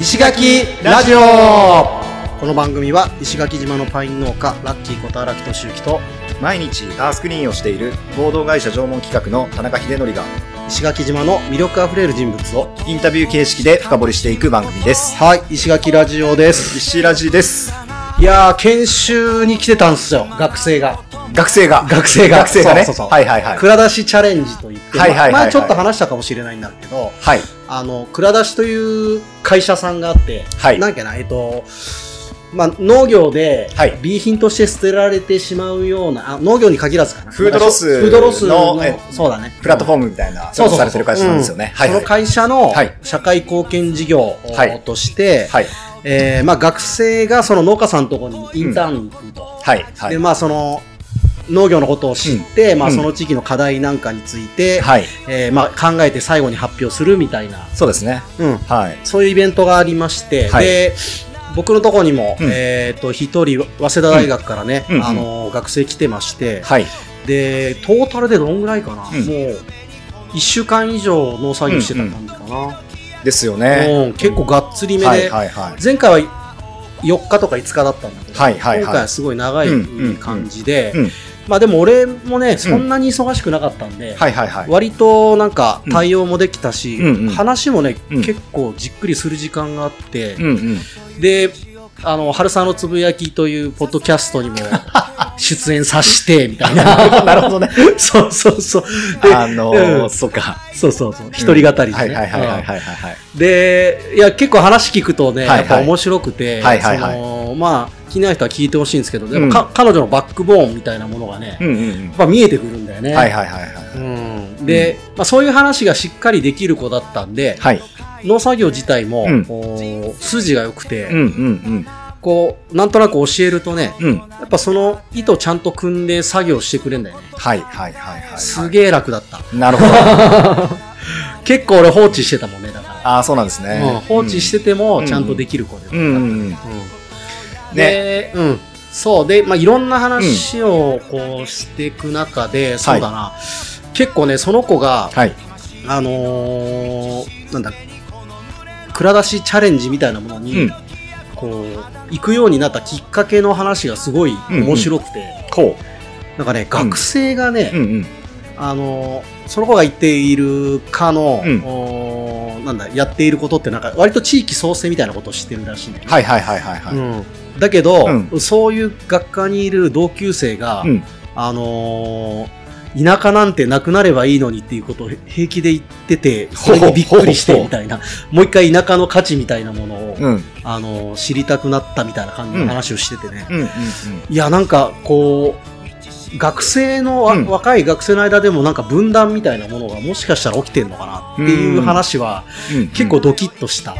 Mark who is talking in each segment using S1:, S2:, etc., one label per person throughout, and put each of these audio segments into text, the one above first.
S1: 石垣ラジオ
S2: この番組は石垣島のパイン農家ラッキーこと荒木敏之と
S3: 毎日アースクリーンをしている合同会社縄文企画の田中秀則が
S2: 石垣島の魅力あふれる人物を
S3: インタビュー形式で深掘りしていく番組です
S2: はい石垣ラジオです
S3: 石ラジです
S2: いやー研修に来てたんすよ学生が
S3: 学生が
S2: 学生が
S3: 学生がね
S2: そうそうそう
S3: はいはいはい
S2: 蔵出しチャレンジといって、
S3: はいはいはいはい
S2: まあ前ちょっと話したかもしれないんだけど
S3: はい
S2: あの蔵出しという会社さんがあって、
S3: はい
S2: なんかなえっとまあ、農業で
S3: はい、
S2: B 品として捨てられてしまうような、あ農業に限らずかな。
S3: フードロス
S2: フードロスの
S3: のえ、
S2: そうだね。
S3: プラットフォ
S2: ーム
S3: ームみたいなそうされてる会社なんですよね、はい
S2: そ
S3: はい
S2: の会社の
S3: はい
S2: 社会貢献事業
S3: はい
S2: として、
S3: はい
S2: えーまあ、学生がその農家さんのところにインターンに行くと。
S3: はいは
S2: で、
S3: い
S2: まあ、その農業のことを知って、まあ、
S3: うん
S2: その地域の課題なんかについて、
S3: はい
S2: えーまあ、考えて最後に発表するみたいな、
S3: そうですね
S2: うん、
S3: はい
S2: そういうイベントがありまして、
S3: はい
S2: で、僕のところにも、
S3: うん
S2: えっ、と、一人、早稲田大学からね、
S3: うんうん
S2: あの、学生来てまして、
S3: はい
S2: で、トータルでどんぐらいかな、
S3: うん
S2: もう、一週間以上農作業してた感じかな。
S3: ですよ
S2: うん
S3: ね
S2: 結構がっつりめで、
S3: はいはいはい
S2: 前回は4日とか5日だったんだけど、
S3: はいはいはい
S2: 今回はすごい長い
S3: うんうんうん
S2: 感じで、
S3: うん
S2: まあでも俺もね、そんなに忙しくなかったんで、
S3: はいはいはい
S2: 割となんか対応もできたし、
S3: うんうん
S2: 話もね、
S3: うん
S2: 結構じっくりする時間があって、
S3: うんうん
S2: で、あの、春さんのつぶやきというポッドキャス トにも出演させて、みたいな。
S3: なるほどね
S2: そうそうそう。で
S3: あのー
S2: うん
S3: そうか
S2: そうそうそう。一人語りで、ね
S3: はいはいはいはい
S2: うん
S3: はいはい
S2: で、いや、結構話聞くとね、
S3: はいはい
S2: やっぱ面白くて、
S3: はいはいはい
S2: そのまあ、気になる人は聞いてほしいんですけど、でもか、
S3: う
S2: 彼女のバックボーンみたいなものがね、
S3: う
S2: やっ
S3: んうんうん
S2: ぱ見えてくるんだよね。
S3: はいはいはいはい
S2: うん、で、まあ、そういう話がしっかりできる子だったんで、
S3: はい
S2: 農作業自体も、
S3: うん
S2: こう筋が良くて、
S3: うんうん
S2: こう、なんとなく教えるとね、
S3: うんうん
S2: やっぱその糸ちゃんと組んで作業してくれんだよね。
S3: はいはいはいはい
S2: すげえ楽だった。
S3: なるほど
S2: 結構俺放置してたもんね、だか
S3: ああそうなんですね
S2: ら。うん、放置してて
S3: う
S2: も
S3: ん
S2: ちゃんとできる子で。
S3: うんうんうん
S2: うんで、うん。そう。で、まあ、いろんな話をこうしていく中で、そうだな、結構ね、その子が、
S3: はい
S2: あのーなんだ、蔵出しチャレンジみたいなものに、
S3: うん
S2: こう、行くようになったきっかけの話がすごい面白くて、
S3: こ
S2: なんかね、学生がね、
S3: ううんうん
S2: あのその子が言っているかの、
S3: うん
S2: おーなんだやっていることってなんか割と地域創生みたいなことをしてるらしいんだよね
S3: はいはいはいはいはい
S2: うん、だけど、
S3: う
S2: そういう学科にいる同級生が、
S3: うん
S2: あのー田舎なんてなくなればいいのにっていうことを平気で言っててそれにびっくりして
S3: ほうほうほう
S2: みたいなもう一回田舎の価値みたいなものを、
S3: うん
S2: あのー知りたくなったみたいな感じの話をしててね、
S3: うんうんうん
S2: いやなんかこう学生の、わ
S3: うん
S2: 若い学生の間でもなんか分断みたいなものがもしかしたら起きてるのかなっていう話は
S3: うんうん
S2: 結構ドキッとした、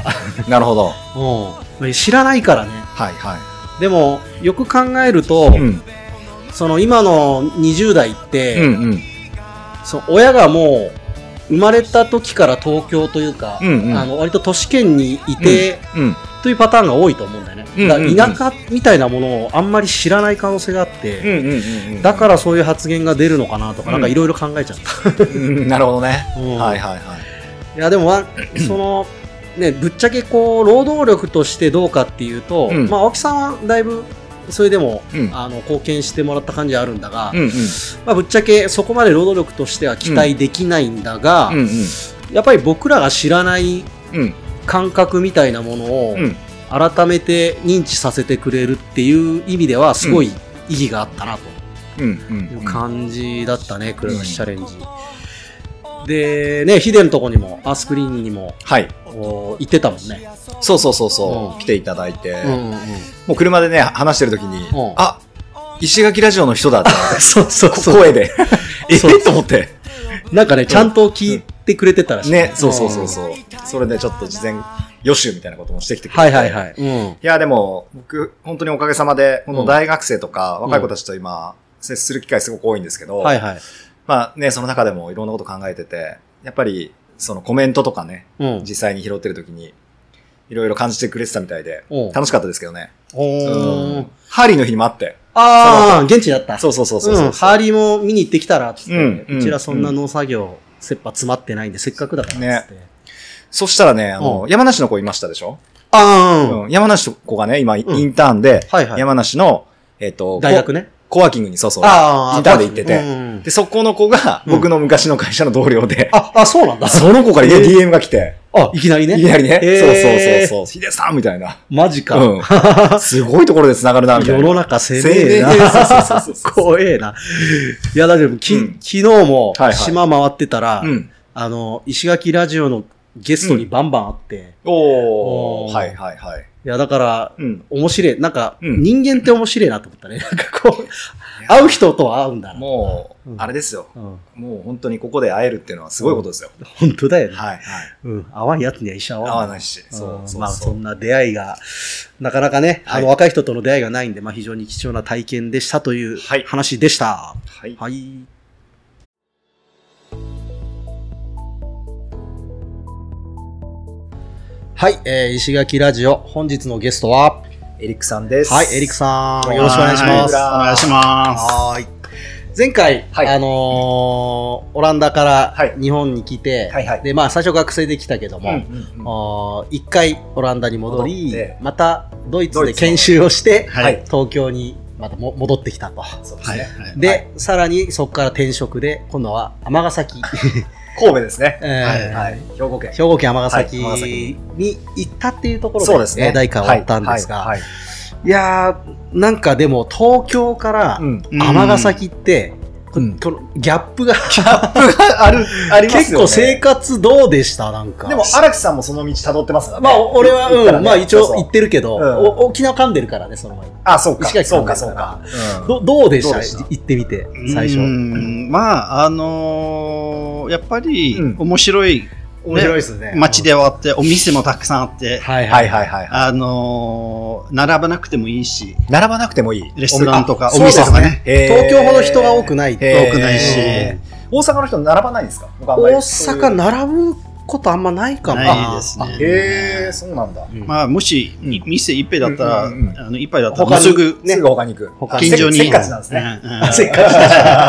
S3: なるほど
S2: うん知らないからね
S3: はいは
S2: でもよく考えると、
S3: いうん
S2: その今の20代って、
S3: うんうん
S2: その親がもう生まれた時から東京というか、
S3: うんうん
S2: あの割と都市圏にいて、
S3: うん
S2: というパターンが多いと思うんだよね、
S3: うんうんうん
S2: だから田舎みたいなものをあんまり知らない可能性があって、
S3: うんうんうんうん
S2: だからそういう発言が出るのかなとか、
S3: うん
S2: なんかいろいろ考えちゃった。
S3: うん なるほどね
S2: うん
S3: はいはいはい
S2: いや、でも わ、その、ね、ぶっちゃけこう、労働力としてどうかっていうと、
S3: うん
S2: まあ、青木さんはだいぶ、それでも、
S3: うん
S2: あの、貢献してもらった感じはあるんだが、
S3: うんうん
S2: まあ、ぶっちゃけそこまで労働力としては期待できないんだが、
S3: うん
S2: やっぱり僕らが知らない
S3: うんうん
S2: 感覚みたいなものを
S3: う、ん
S2: 改めて認知させてくれるっていう意味では、すごい意義があったなと。
S3: うんう
S2: い
S3: ん
S2: う感じだったね、クラッシュチャレンジ。で、ね、ヒデのとこにも、アースクリーンにも、
S3: はい
S2: お行ってたもんね。
S3: そうそうそう
S2: う
S3: そ
S2: ん
S3: う来ていただいて
S2: うんうん。
S3: もう車でね話してる時に
S2: うん
S3: あ石垣ラジオの人だって
S2: そうそう
S3: こ
S2: そう。
S3: 声で え
S2: そうそう
S3: っと思って
S2: なんかね、ちゃんと聞いてくれてたらしい。
S3: ね、そうそうそうそう。それでちょっと事前予習みたいなこともしてきてくれて。
S2: はいはいはい。うん。
S3: いや、でも、僕、本当におかげさまで、こ
S2: うん
S3: の大学生とか、若い子たちと今、接する機会すごく多いんですけど、
S2: はいはい。
S3: まあね、その中でもいろんなこと考えてて、やっぱり、そのコメントとかね、
S2: うん。
S3: 実際に拾ってる時に、いろいろ感じてくれてたみたいで
S2: うん、
S3: 楽しかったですけどね。
S2: お
S3: う
S2: ー
S3: ん。ハリーの日にもあって。
S2: ああ、現地だった。
S3: そうそうそうそう。
S2: ん。ハーリーも見に行ってきたら、つって、
S3: うんうん
S2: うちらそんな農作業、切羽詰まってないんで、せっかくだから、つって。
S3: そしたらね、あの、
S2: う
S3: 山梨の子いましたでしょ
S2: あー、
S3: うん山梨の子がね、今、イ
S2: ん
S3: ンターンで、
S2: はいはい
S3: 山梨の、えっ、と、
S2: 大学ね。
S3: ココワーキングにそうそう、
S2: あ
S3: インターンで行ってて、
S2: うん
S3: で、そこの子が、
S2: うん
S3: 僕の昔の会社の同僚で、
S2: あ、あ、そうなんだ。
S3: その子からいや DM が来て、
S2: あ、いきなりね。
S3: いきなりね、
S2: へー
S3: そうそうそうそう、ヒデさんみたいな。
S2: マジか。
S3: うん。すごいところで繋がるな、みたい
S2: 世
S3: な。
S2: の中せねえな。
S3: せねえそうそうそうそう
S2: 怖えな。いや、大丈夫。き、
S3: うん
S2: 昨日も
S3: はいはい
S2: 島回ってたら、
S3: うん。
S2: あの、石垣ラジオのゲストにバンバンあって、い
S3: お
S2: お
S3: お
S2: ー
S3: はいはいはい。
S2: や、だから、
S3: うん。
S2: 面白い。なんか、
S3: うん
S2: 人間って面白いなと思ったね。なんか こう、会う人とは会うんだな。
S3: もう
S2: う、ん
S3: あれですよ。
S2: うん、
S3: もう本当にここで会えるっていうのはすごいことですよ。
S2: 本当だよね。
S3: はいはい。
S2: うん。会わんやつには医者
S3: 会
S2: は
S3: わないし。
S2: そ
S3: そううそう
S2: まあ
S3: そ
S2: そ
S3: うん
S2: な出会いが、なかなかね、あの
S3: はい
S2: 若い人との出会いがないんで、まあ非常に貴重な体験でしたという
S3: はい
S2: 話でした。
S3: はい。
S2: はい。はい、えー、石垣ラジオ、本日のゲストは、
S3: エリックさんです。
S2: はい、エリックさん、
S3: はい
S2: よろしくお願いします。
S3: は
S1: お願いしま
S2: はーい。前回、
S3: はい
S2: あのーオランダから
S3: はい
S2: 日本に来て、
S3: はいはい
S2: で、まあ最初学生で来たけども、
S3: うんうんうん
S2: あー一回オランダに戻り
S3: 戻って
S2: またドイツ
S3: ド
S2: で
S3: イツの
S2: 研修をして、
S1: はい。
S3: はい
S2: 東京にまたも戻ってきたと。
S3: そうですす
S1: はい。
S3: ね。
S1: はい
S2: で、
S3: は
S2: さらにそこから転職で今度は尼 崎、
S3: 神戸ですね。
S2: えー
S1: はい
S3: はい。兵庫県。
S2: 兵庫県尼崎
S3: はい尼崎
S2: に行ったっていうところ
S3: そうですね。
S2: 代官を終わったんですが、い
S3: はい。はい
S2: やーなんかでも東京から
S3: はいうん。
S2: 尼崎って、
S3: うん
S2: このギャップ が
S3: ある、あります
S2: 結
S3: よね。
S2: 構生活どうでしたなんか
S3: でも、荒木さんもその道辿ってますからね
S2: まあお俺は、
S3: 行ったら
S2: うん
S3: ね
S2: まあ一
S3: そう
S2: 応
S3: そう
S2: 行ってるけど、
S3: うん
S2: お沖縄噛んでるからねその前に。
S3: あ、そうか。
S2: 石垣さ
S3: そ
S2: ん
S3: う
S2: だか
S3: か、
S2: ら
S3: そうか。うん
S2: どどうでし
S3: ど
S2: た
S3: うでした
S2: い行ってみて最初
S1: うーんまあ、あのーやっぱり、
S3: うん
S1: 面白い面白い
S2: ですね
S1: 街ではあって、お店もたくさんあって、
S2: はい
S3: は
S2: はいい
S3: はいはいはい。
S1: あのー並ばなくてもいいし、
S3: 並ばなくてもいい。
S1: レストランとか
S3: あ
S1: お店とかね
S3: そうです
S2: 東京ほど人が多くない
S3: へー
S1: 多くないし
S3: 大阪の人並ばないんですか僕あんま
S2: 大
S3: りそういう
S2: 阪並ぶことあんまないかも
S1: ないですね。
S3: へえ、そうなんだ。
S2: うん
S1: まあ、もし、に店一杯だったら、
S3: うんうんうん
S1: あの一杯だったら、
S2: 他
S1: もう
S2: に
S1: すぐ、
S2: ね
S3: すぐ他に行く。
S2: 他
S1: 近所に
S3: せ せっかちなんですね。
S1: うんうん
S2: あせっか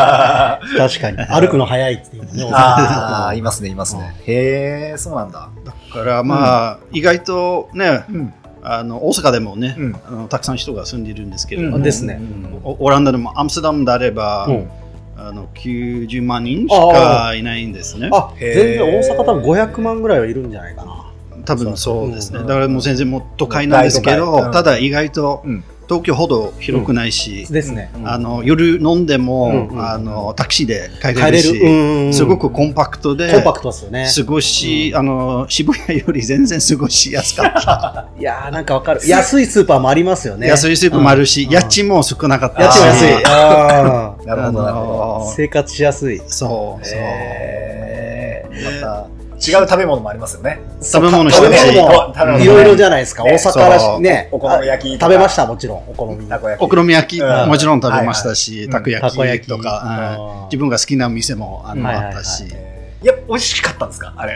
S2: ちだ確かに歩くの早いっていうね
S3: あ あ、いますね、いますね。へえ、そうなんだ。
S1: だから、まあ、意外とね、
S3: うん。
S1: あの大阪でもね、
S3: うん
S1: あのたくさん人が住んでいるんですけれど
S3: う
S1: も、
S3: ん。
S2: ですね
S3: うん
S1: おオランダでもアムステルダムであれば、
S2: うん
S1: あの90万人しかいないんですね。
S2: あ
S3: へー
S2: 全然大阪多分500万ぐらいはいるんじゃないかな
S1: 多分そうですね。
S2: うん
S1: だからもう全然もう都会なんですけ
S3: 大都会
S1: ど、
S3: うん
S1: ただ意外と
S3: うん
S1: 東京ほど広くないし、
S2: ですね
S1: あの夜飲んでも、
S2: うん
S1: あのタクシーで帰
S2: 帰
S1: れる
S2: れ
S1: し、
S2: るうん
S1: すごくコンパクトで
S2: コンパクトですよね
S1: 過ごし、あの渋谷より全然過ごしやすかった。
S2: いやーなんかわかる安いスーパーもありますよね
S1: 安いスープもあるし、
S2: うん
S1: 家賃も少なかっ
S2: 家
S1: たし。
S2: 賃も安
S3: あ
S2: いあ
S3: なるほど、なるほど
S1: あの。
S2: ー生活しやすい
S1: そうそう。
S3: へーまた、違う食べ物もありますよね。
S1: 食べ物一
S2: 食べ
S1: つ
S2: 物も
S3: 食べ物
S2: いろいろじゃないですか、
S3: ね
S2: 大阪らし
S1: そう
S2: いね
S3: お好み焼きと
S2: あ
S3: か
S2: 食べましたもちろんお好み
S3: たこ焼き。
S1: お好み焼き
S3: うん
S1: もちろん食べましたし、
S3: うん
S1: たこ
S2: たこ焼
S1: 焼
S2: き
S1: きとか、うん
S2: あー
S1: 自分が好きな店もあ
S3: うん
S1: の
S2: はいはい
S1: あ
S2: はい
S1: ったし、
S3: えーいや、美味しかったんですかあれ。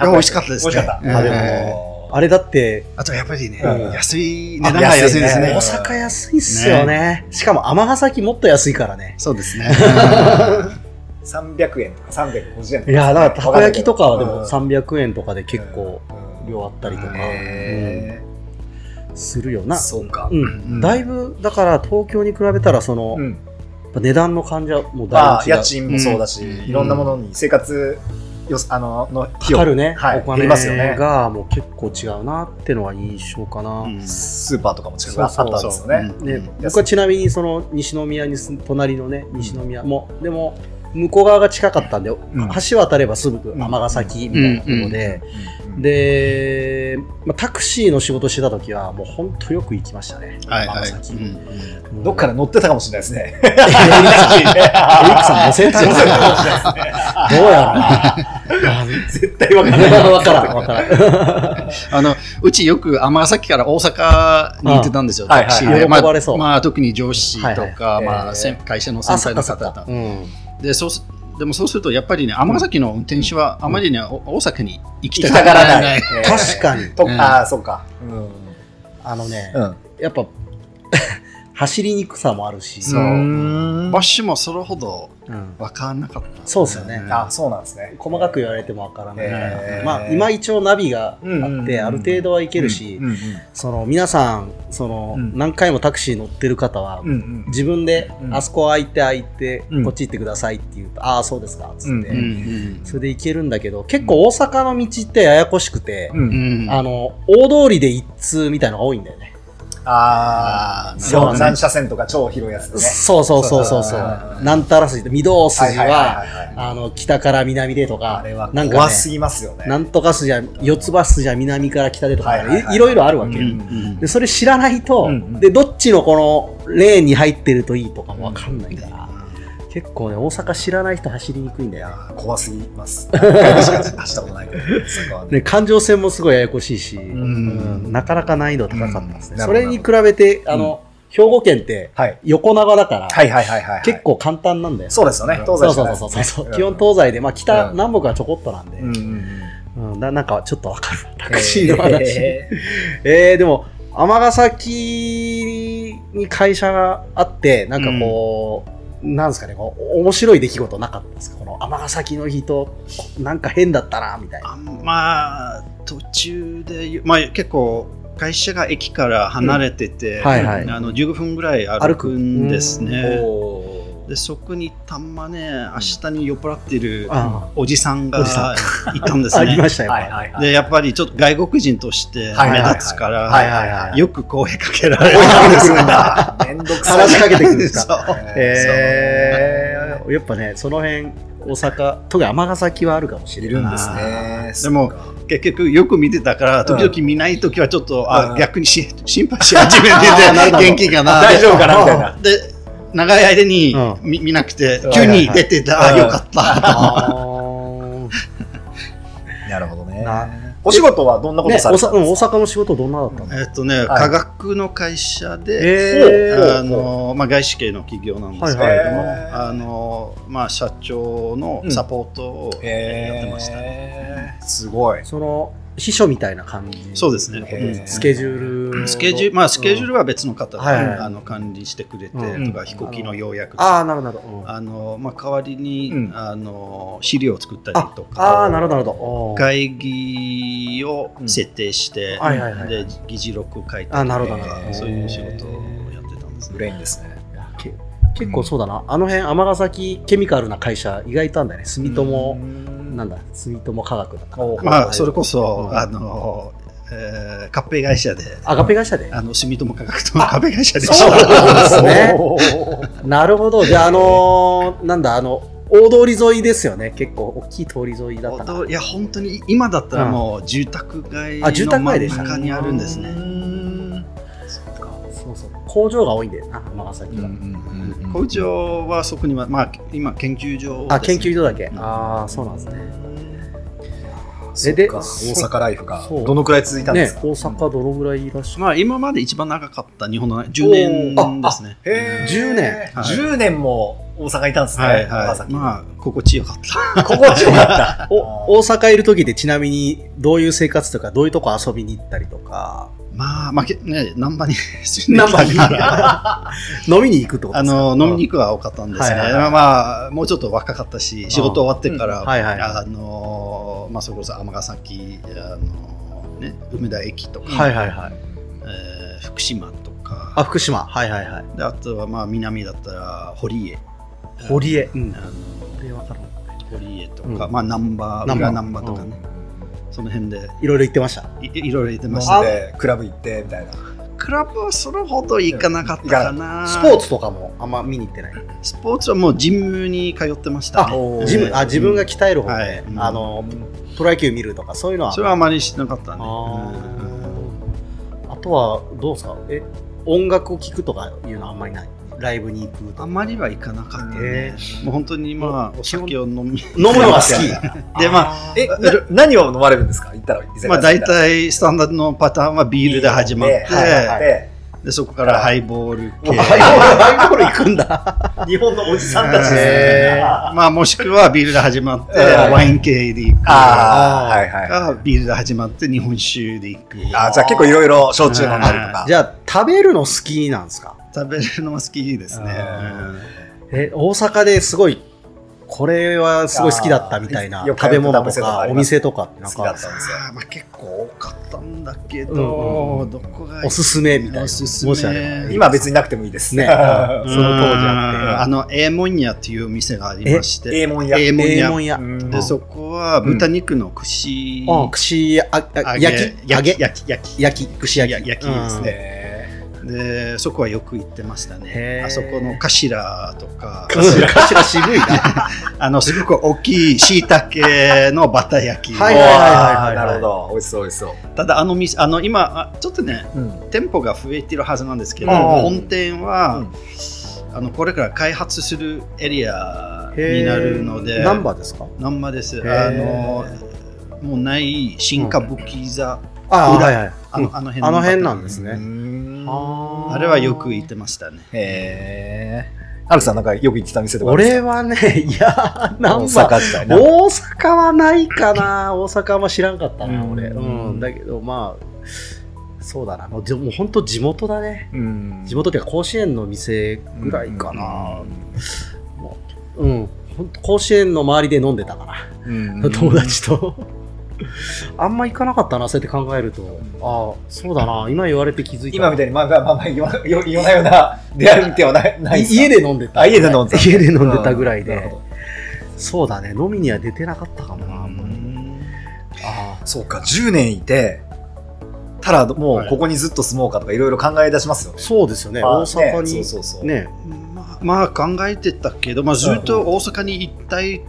S1: いや美味しかったですね
S3: 美味しかった。
S1: うん
S3: あでも
S2: あれだって
S1: あとやっぱりね、
S3: うん
S1: 安い値段が安いです
S3: あ
S1: ね
S2: 大。阪安いっすよねしかも尼崎もっと安いからね
S1: そうですね。
S3: 300円とか350円とか。
S2: いやだからたこ焼きとかはで
S3: うん
S2: も300円とかで結構
S3: うん
S2: 量あったりとか
S3: へ
S2: するよ
S3: ー
S2: な
S3: そうか。
S2: うん
S1: うん
S2: だいぶだから東京に比べたらその、
S3: う
S2: や
S3: ん
S2: っぱ値段の感じはもう
S3: ま
S2: だ
S3: あ、
S2: いぶ違う
S3: 家賃もそうだし、
S1: うん
S3: いろんなものに生活よあのの費
S2: か
S3: 用
S2: かるね、
S3: はい
S2: お金
S3: 減りますよね
S2: がもう結構違うなってのは印象かな、
S1: うん
S3: スーパーとかも近くあったんですよね。
S1: そうそうそう
S2: ね
S1: うん、
S2: 僕はちなみにその西宮に住ん隣のね西宮も、でも向こう側が近かったんで、
S3: ん
S2: 橋渡ればすぐ尼崎みたいなところで、で、まあ、タクシーの仕事してた時はもう本当よく行きましたね
S1: はいはい。
S2: 尼崎
S1: うん
S2: うん
S3: どっから乗ってたかもしれないですね。エリ
S2: エリックさん乗せたのかなど うやろうな
S3: 絶対わかんない。
S2: 分からん分からん
S1: あのうちよく尼崎から大阪に行ってたんですよ、
S3: ああ
S1: タクシー
S3: はい
S1: で。
S2: はいはい
S1: ま
S2: 喜ばれそう
S1: あまあ、特に上司とか、
S3: はいはい
S1: ま
S3: えー
S1: あ、先会社の先
S2: あそ
S1: 輩
S2: っ
S1: の
S2: かそっ
S1: 方々
S2: か。うん
S1: でそうすでもそうすると、やっぱりね、尼崎の運転手はあまりね、お大阪に行き
S3: 行き
S1: た
S3: たが
S1: がら
S3: ら
S1: な
S3: ないい。。
S2: 確かに
S3: と
S1: うん
S3: ああ、そうか。うん。
S2: あのね、
S3: うん。
S2: やっぱ 走りにくさもあるし、
S1: そう
S3: うん
S1: バッシュもそれほど
S2: うん
S1: 分かんなかった。
S2: そうですよね
S3: あ、そうなんですね。
S2: 細かく言われてもわからない、
S3: えー
S2: まあ、今一応ナビがあって、
S3: うんうんうん
S2: ある程度はいけるし、
S3: うんうん
S2: その皆さんその、
S3: うん
S2: 何回もタクシー乗ってる方は、
S3: うんうん
S2: 自分で、
S3: うん
S2: あそこ空いて空いて、
S3: うん
S2: こっち行ってくださいって言うと、ああ、そうですか、つって、
S3: うんうん
S1: ん
S2: それで行けるんだけど、結構大阪の道ってややこしくて、
S3: うんうん
S1: ん
S2: あの、大通りで一通みたいのが多いんだよね。
S3: ああ、
S2: そうなんです
S3: 三車線とか超広いやつね。
S2: そうそうそうそうそ
S3: そう
S2: う
S3: だな。
S2: なんたら筋と、御堂
S3: はい
S2: 筋
S3: はい
S2: は、
S3: はいはい
S2: あの、北から南でとか、
S3: あれは
S2: なん
S3: 怖
S2: か
S3: す
S2: ね、
S3: ぎますよね。
S2: なんとか筋は、四つ橋筋は南から北でとか、
S3: はいはいはい
S2: いいろいろあるわけ
S1: う
S2: よ。
S1: ん
S2: で、それ知らないと、
S3: うんうん
S2: で、どっちのこの、レーンに入ってるといいとかもわかんないから、結構ね、大阪知らない人走りにくいんだ
S3: い
S2: よ
S3: や。ー怖すぎます。確かに走ったことないけど、そこはね。
S2: ね、環状線もすごいややこしいし、
S3: ん
S2: うんなかなか難易度高かったですね。
S3: うん
S2: それに比べて、あの、兵庫県って
S3: はい。
S2: 横長だから、
S3: はいはいはいはい。
S2: 結。構簡単なんだよ。
S3: そうですよね。東
S2: そう
S3: 西じ
S2: そ
S3: ゃ
S2: う
S3: ない
S2: そうそうそう
S3: うん
S2: 基本東西で、まあ北、
S3: うん
S2: 南北はちょこっとなんで、
S3: うんうんうん。
S2: うんななんかちょっとわかる。タクシーの話。え
S3: えー
S2: ーでも、尼崎に会社があって、なんかこう、なんですかね、こう面白い出来事なかったですかこの尼崎の人、なんか変だったな、みたいな。
S1: あんまあ、途中で、まあ結構、会社が駅から離れてて、
S2: うんはいはい
S1: あの15分ぐらい歩くんですね。
S3: お
S1: でそこにたまね明日に酔っ払ってる
S2: あ
S1: おじさん
S2: お
S1: が
S2: じさ
S1: いたんで す
S2: あり
S1: ね
S2: ま。した
S3: ー
S2: よ。
S3: はいはいはい。
S1: でやっぱりちょっと外国人として
S3: はいはいはい
S1: 目立つか
S3: はい
S1: ら
S3: はいはい。
S1: よく声かけられ
S3: く
S1: る
S3: なんでくるんだ。めんどくさい。
S2: 話しかけてくるんですか
S1: そう
S2: えー、やっぱね、その辺、大阪、特に尼崎はあるかもし
S3: そうい
S2: れ
S3: るん
S2: な
S3: で
S2: い。
S3: すね。
S1: でも結局よく見てたから時々見ない時はちょっと、あ逆にし心配し始め
S2: あーなるほ
S1: て
S2: ど
S1: て元気かな
S3: 大丈夫かなみたいな。
S1: で長い間に
S2: う
S1: 見,、見なくて
S3: うん
S1: 急に出てた、
S3: はいはい
S1: あよか った
S2: あ
S3: なるほどね
S2: な。
S3: お仕事はどんな
S2: ー
S3: こ
S2: ね、
S3: と
S2: 大
S3: されて
S2: 阪
S3: た
S2: うん
S3: ん
S2: 大
S3: ですか
S2: 阪の仕事どんなだったの
S1: えっとね、
S3: はい
S1: 科学の会社で、
S2: えー
S1: あのまあ、外資系の企業なんですけれども、
S3: はいはい
S1: あのまあ、社長のサポートをやってました、ね
S3: へーすごい。
S2: その、秘書みたいな感じ。
S1: そうですね
S3: へー
S2: スケジュールを。
S1: スケジュール、まあ、スケジュー
S2: ル。
S1: ルは別の方が、
S2: はいはい
S1: あの管理してくれてとか、
S2: うん
S1: 飛行機の要約とか
S2: ああ、なるほど。なるほどうん
S1: あの、まあ、代わりに、
S3: うん
S1: あの資料を作ったりと
S2: ああ、
S1: か
S2: なるほど、なるほど。
S1: 会議を設定して、
S2: うんはいはいはい
S1: で議事録書い
S2: あ
S1: た
S2: ー
S1: り
S2: なる
S1: と
S2: ほどなるほ
S1: か
S2: ど
S1: そういう仕事をやってたんです
S3: ブ
S1: ね。
S3: レインですね。
S2: け結構そうだな。あの辺、尼崎ケミカルな会社、意外とあんだよね。住友、なんだ、住友科学だったかな
S3: おー
S1: まあ、それこそ、
S2: うん
S1: あの、えー、合併会社で、
S2: アガペ会社で。
S1: あの、住友科学との合併会社で
S2: そうなんですね
S3: おー
S2: なるほど。じゃあ、あのーなんだ、あの、大通り沿いですよね。結構、大きい通り沿いだったな。
S1: いや、本当に今だったらもう住宅街
S2: あ住
S1: の
S2: 宅
S1: 真
S2: 街で
S1: ん
S2: した
S1: 中にあるんですね。
S2: そうそう。工場が多いんだよな、尼崎は。
S1: 工場はそこには、まあ、今、研究所
S2: あ、
S1: です
S2: 研
S1: ね
S2: 究所だけ。
S1: ん
S2: ああ、そうなんですね。
S3: そっ
S2: で
S3: か大
S2: そ
S3: 阪ライフが
S2: そう
S3: どのくらい続いたんで
S2: ね
S3: す、か
S2: 大阪どのぐらいいらっしゃる
S1: まあ、今まで一番長かった日本の10年ですね。
S3: へー
S2: 10年
S1: は
S3: 10
S1: い
S3: 年も大阪いたんですね、
S1: はい
S3: 長
S1: はい。
S3: 崎
S1: まあ、心地よかった。
S3: 心地よかった
S2: お大阪いる時でちなみにどういう生活とかどういうとこ遊びに行ったりとか
S1: まあ、まあ、けね、難波に 住んで
S2: ナ
S1: た
S2: ン
S1: か
S2: バ
S1: ら
S2: ーに 飲みに行くってこと
S1: あ
S2: ですか
S1: の飲みに行くは多かったんですね、
S2: はいはいはい
S1: まあ、もうちょっと若かったし、仕事終わってから、
S2: うんはいはい
S1: あのまあ、それこそ尼崎、あのね、梅田駅とか、
S2: はいはいはい
S1: えー福島と
S2: あ
S1: か、
S2: 福島はいはいはい
S1: であとはまあ南だったら堀江、
S2: 堀江うん
S1: あの
S2: でわかる
S1: 堀江とか、
S2: うん
S1: まあ、難波、
S2: 難波
S1: 裏難波とかね、その辺で
S2: いろいろ行ってました
S1: いいろいろ行って
S3: 飲
S1: まし
S3: ん
S1: た。
S3: でクラブ行ってみたいな
S1: クラブはそれほど行かなかったかな、
S2: スポーツとかもあんま見に行ってない
S1: スポーツはもうジムに通ってました
S2: あ
S1: ね、
S2: ジムあ自分が鍛える方
S1: は
S2: で
S1: い
S2: あのプロ野球見るとかそういうのは
S1: それはあまりしてなかったね。
S2: あー
S1: うん
S2: あとはどうですかえ音楽を聴くとかいうのはあんまりないライブに行くと
S1: あ
S2: か
S1: まりは行かなかった
S2: へ
S1: ね。もう本当にまあ、お酒を飲み、
S2: 飲むのが好き
S1: でまあ、
S3: えな何を飲まれるんですか行ったら
S1: まあ大
S3: い
S1: 体スタンダードのパターンはビールで始まって、
S3: で
S1: でそこからハイボール系、
S2: ハイボール行くんだ
S3: 日本のおじさんたちです
S2: へ
S3: ね
S2: ー
S3: あ
S1: まあもしくはビールで始まって、
S3: うん
S1: ワイン系で行くか、
S3: あーはいはい
S1: ビールで始まって日本酒で行く。
S3: あーじゃあ結構いろいろ焼酎飲んだりとか
S2: じゃあ食べるの好きなんですか
S1: 食べるのも好きですね。
S2: あえ、大阪ですごい、これはすごい好きだったみたいな
S3: あーよく
S2: 食べ物と
S3: よく食べ物とか
S2: か
S3: あり
S2: お
S3: ます
S2: 店とかってな
S3: 好
S2: ん
S3: きだ
S2: か
S3: ったんですよ。
S1: あーまあ、結構多かったんだけど、
S2: うんうんうん
S1: どこが
S2: おすすめみたいな。
S1: おすすめ
S2: もしあれば
S3: 今は別になくてもいいです
S2: ね
S3: ね。
S2: あ
S1: うん
S2: その当時あ
S1: あの、エーモン屋というお店がありまして、
S3: えもんや。
S1: エーモン
S2: って。
S1: 屋。
S2: 門屋。
S3: うん
S1: で、そこは豚肉の串
S2: うん、串ああ
S1: 揚げ、
S2: 焼き、揚
S1: 焼
S2: げ
S1: き、、焼き、焼き。
S2: 焼き、串焼き。
S1: 焼きですね
S3: え
S1: で、そこはよく行ってましたね
S2: へ。ー
S1: あそこの頭とか、
S2: うん。頭頭渋いな。
S1: あの、すごく大きい椎茸のバタ焼き。
S3: ー
S2: はいはいはいはいはい
S3: あーなるほど。美味しそう、美味しそう。
S1: ただ、あの店、あの、今、あちょっとね、
S3: うん。
S1: 店舗が増えてるはずなんですけど、
S3: うん
S1: 本店は、
S3: うん
S1: あのこれから開発するエリアになるので、
S2: ナンバーですか
S1: 難波です。あの
S2: ー
S1: もうない新歌舞伎座、
S2: ああ、
S1: 裏
S2: はいはい。
S1: あのあの辺
S2: あの辺なん
S1: で
S2: です
S3: う
S2: ね。
S3: ん
S2: あー
S1: あれはよく行ってましたね。
S3: へえ。ハルさんなんかよく行ってた店とかあるんです
S2: 俺
S3: か
S2: はね、 いや、ナンバー。
S3: 大阪時代な。
S2: 大阪はないかな。 大阪はあんま知らんかったな、
S3: うん
S2: 俺。うん。だけど、まあ、そうだな。もうでも本当地元だね。
S3: うん
S2: 地元っていうか甲子園の店ぐらいかな。うん。ほんと甲子園の周りで飲んでたか
S3: うん
S2: な。友達と。 あんま行かなかったな、そうやって考えると。ああ、そうだな。今言われて気づいた。
S3: 今みたいに、まあまあまあまあ、言わ言わ言わないような出歩いてはないない
S2: い
S3: ですか
S2: 家で飲んでた。
S3: あ家で飲んでた
S2: 家で飲んでたぐらい
S3: うんなる
S2: で
S3: ほ。
S2: そうだね。飲みには出てなかったかもな。
S3: う
S1: うん
S2: ああ。
S3: そうか、10年いて、たらもうここにずっと住もうかとかいろいろ考え出しますよね。
S2: そうですよね。
S3: まあ
S2: 大阪に。
S3: ねそうそうそう。
S2: ね
S1: まあ、まあ考えてたけど、まあ、ずっと大阪に行きたいっ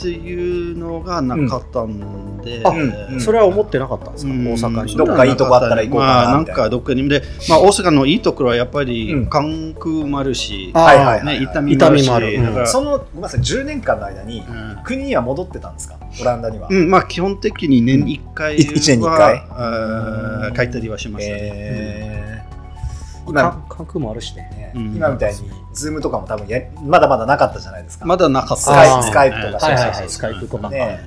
S1: ていうのがなかったんで、
S2: あ
S3: うん
S2: それは思ってなかったんですか、
S1: うん
S2: 大阪に。
S3: どっかいいとこあったら行こうかな
S1: まあ、なん
S3: みたいな
S1: かどっかにで、まあ、大阪のいいところはやっぱり
S3: うん
S1: 関空もあるし、
S2: あ
S3: はいはいはい
S1: ね、
S3: はい。
S1: 痛みもあるし
S2: 痛みもあるうん
S1: だから
S3: その、ごめんなさい、10年間の間に、
S1: うん
S3: 国には戻ってたんですかオランダには。
S1: うんまあ、基本的に年に1回
S3: い一年に一回
S1: は、
S3: うん
S1: 書いたりはしましたね、
S3: えー今
S2: 関関空もあるしね。
S3: ね
S1: うん
S3: 今みたいに、ズームとかも多分や、まだまだなかったじゃないですか。
S1: まだなかっ
S3: ス
S1: た
S3: カ
S2: あー
S3: イスカイプとか、
S2: はいはい
S3: そうそう
S2: は
S3: そ
S2: い。
S3: う
S2: スカイプとか。
S3: ね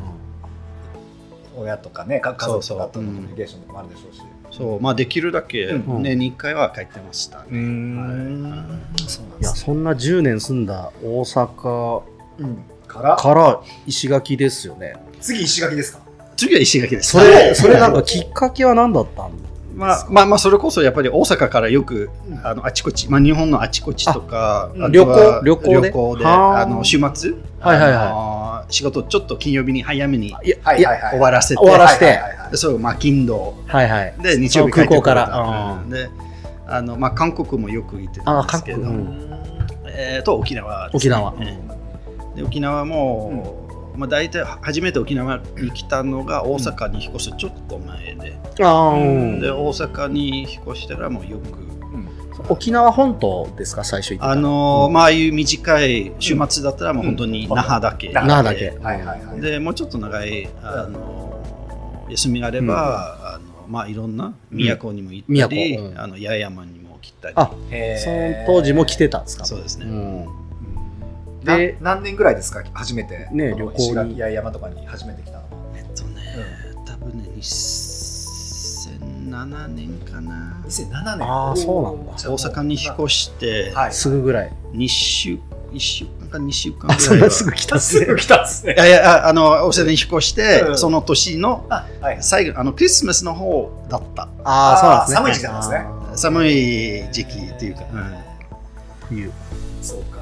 S3: 親とかね、か家族とかとのコミュニケーションとかもあるでしょうし。
S1: そう、まあ、できるだけ
S3: うん
S1: 年に1回は書いてましたね、
S3: うーんそうなん
S2: い
S3: で
S2: や、
S3: すね
S2: そんな10年住んだ大阪
S3: うんから
S2: から石垣ですよね。
S3: 次石垣ですか
S1: 次は石垣です
S2: それ、それなんかきっかけは何だったん
S1: まあ、まあまあそれこそやっぱり大阪からよくあのあちこち、まあ、日本のあちこちとか
S3: あ
S1: あとは
S2: 旅行旅行で
S1: 旅行で
S2: はあ
S1: あの週末、
S2: はいはいはい
S1: あの仕事ちょっと金曜日に早めに
S2: いや、
S3: はいい
S2: や
S3: はいはい。
S1: 終わらせて、
S2: 終わらせて
S3: はいはいはいはい
S1: でそれをまあ金土
S2: はいはい。
S1: で日曜日帰ってこよ
S2: 空港
S1: う
S2: から
S1: とうんであの、まあ、韓国もよく行ってたんですけど、
S2: あ韓国うん
S1: えーと沖縄です
S2: 沖縄。
S1: ええで沖縄も、まあ、大体初めて沖縄に来たのが大阪に引っ越すちょっと前で,、
S2: ああ、うん
S1: で大阪に引っ越してからもうよく
S2: 沖縄本島ですか、最初行ってた
S1: あ
S2: の。
S1: のー
S2: うん
S1: まあああいう短い週末だったらもう本当に
S3: うん
S1: 那覇だけ、
S3: 那
S2: 那覇だけ。
S3: はいはいはい。
S1: でもうちょっと長いあのー休みがあれば、あのまあいろんな都にも行ったり、
S2: うん都
S1: あの八重山にも来たり
S2: あ
S3: へー
S2: その当時も来てたんですか
S1: そうですね、
S2: うん。
S3: な
S2: で
S3: 何年ぐらいですか初めて。
S2: ね
S3: この
S2: 旅行に
S3: 石垣や山とかに初めて来たの。
S1: えっとね多分ね2007年かな
S3: 2007年。
S2: あーそうなんだ
S1: 大阪に引っ越
S3: し
S1: して
S3: はい。
S2: すぐぐらい。
S1: 2週1週間か2週間
S2: あ、
S1: ぐ
S2: そ
S1: ら
S2: ん
S1: いは
S2: なすぐ来たっす
S3: す
S2: ね。
S3: ぐ来たっすね
S1: い。やいやああの大阪に引っ越して、
S3: うん
S1: その年の
S3: あはい
S1: 最後あのクリスマスの方だった
S2: ああ、そうなん
S3: 寒い
S2: です
S3: 時
S2: ね。
S3: 期なんですね
S2: あー
S1: 寒い時期っていうか、
S2: 冬。
S3: そうか。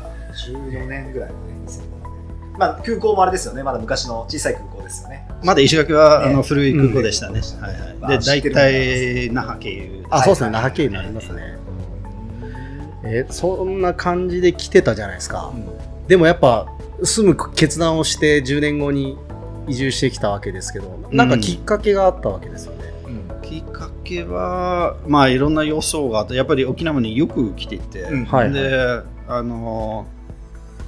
S3: 14年ぐらいのね。まあ空港もあれですよね。まだ昔の小さい空港ですよね。
S1: まだ石垣は、
S3: ね
S1: あの古い空港でした
S3: う
S1: ね、
S3: ん
S1: はいはい
S3: まあ
S1: で
S3: 知っ
S1: 大
S3: てる
S1: 体那覇経由
S2: あ、
S3: はい
S2: そうですね。那覇経由になりますね。え、そんな感じで来てたじゃないですか。でもやっぱ、住む決断をして10年後に移住してきたわけですけど、なんかきっかけがあったわけですよね。
S3: うん
S1: きっかけはまあいろんな予想があってやっぱり沖縄によく来てて、
S3: うん
S2: はい
S1: であの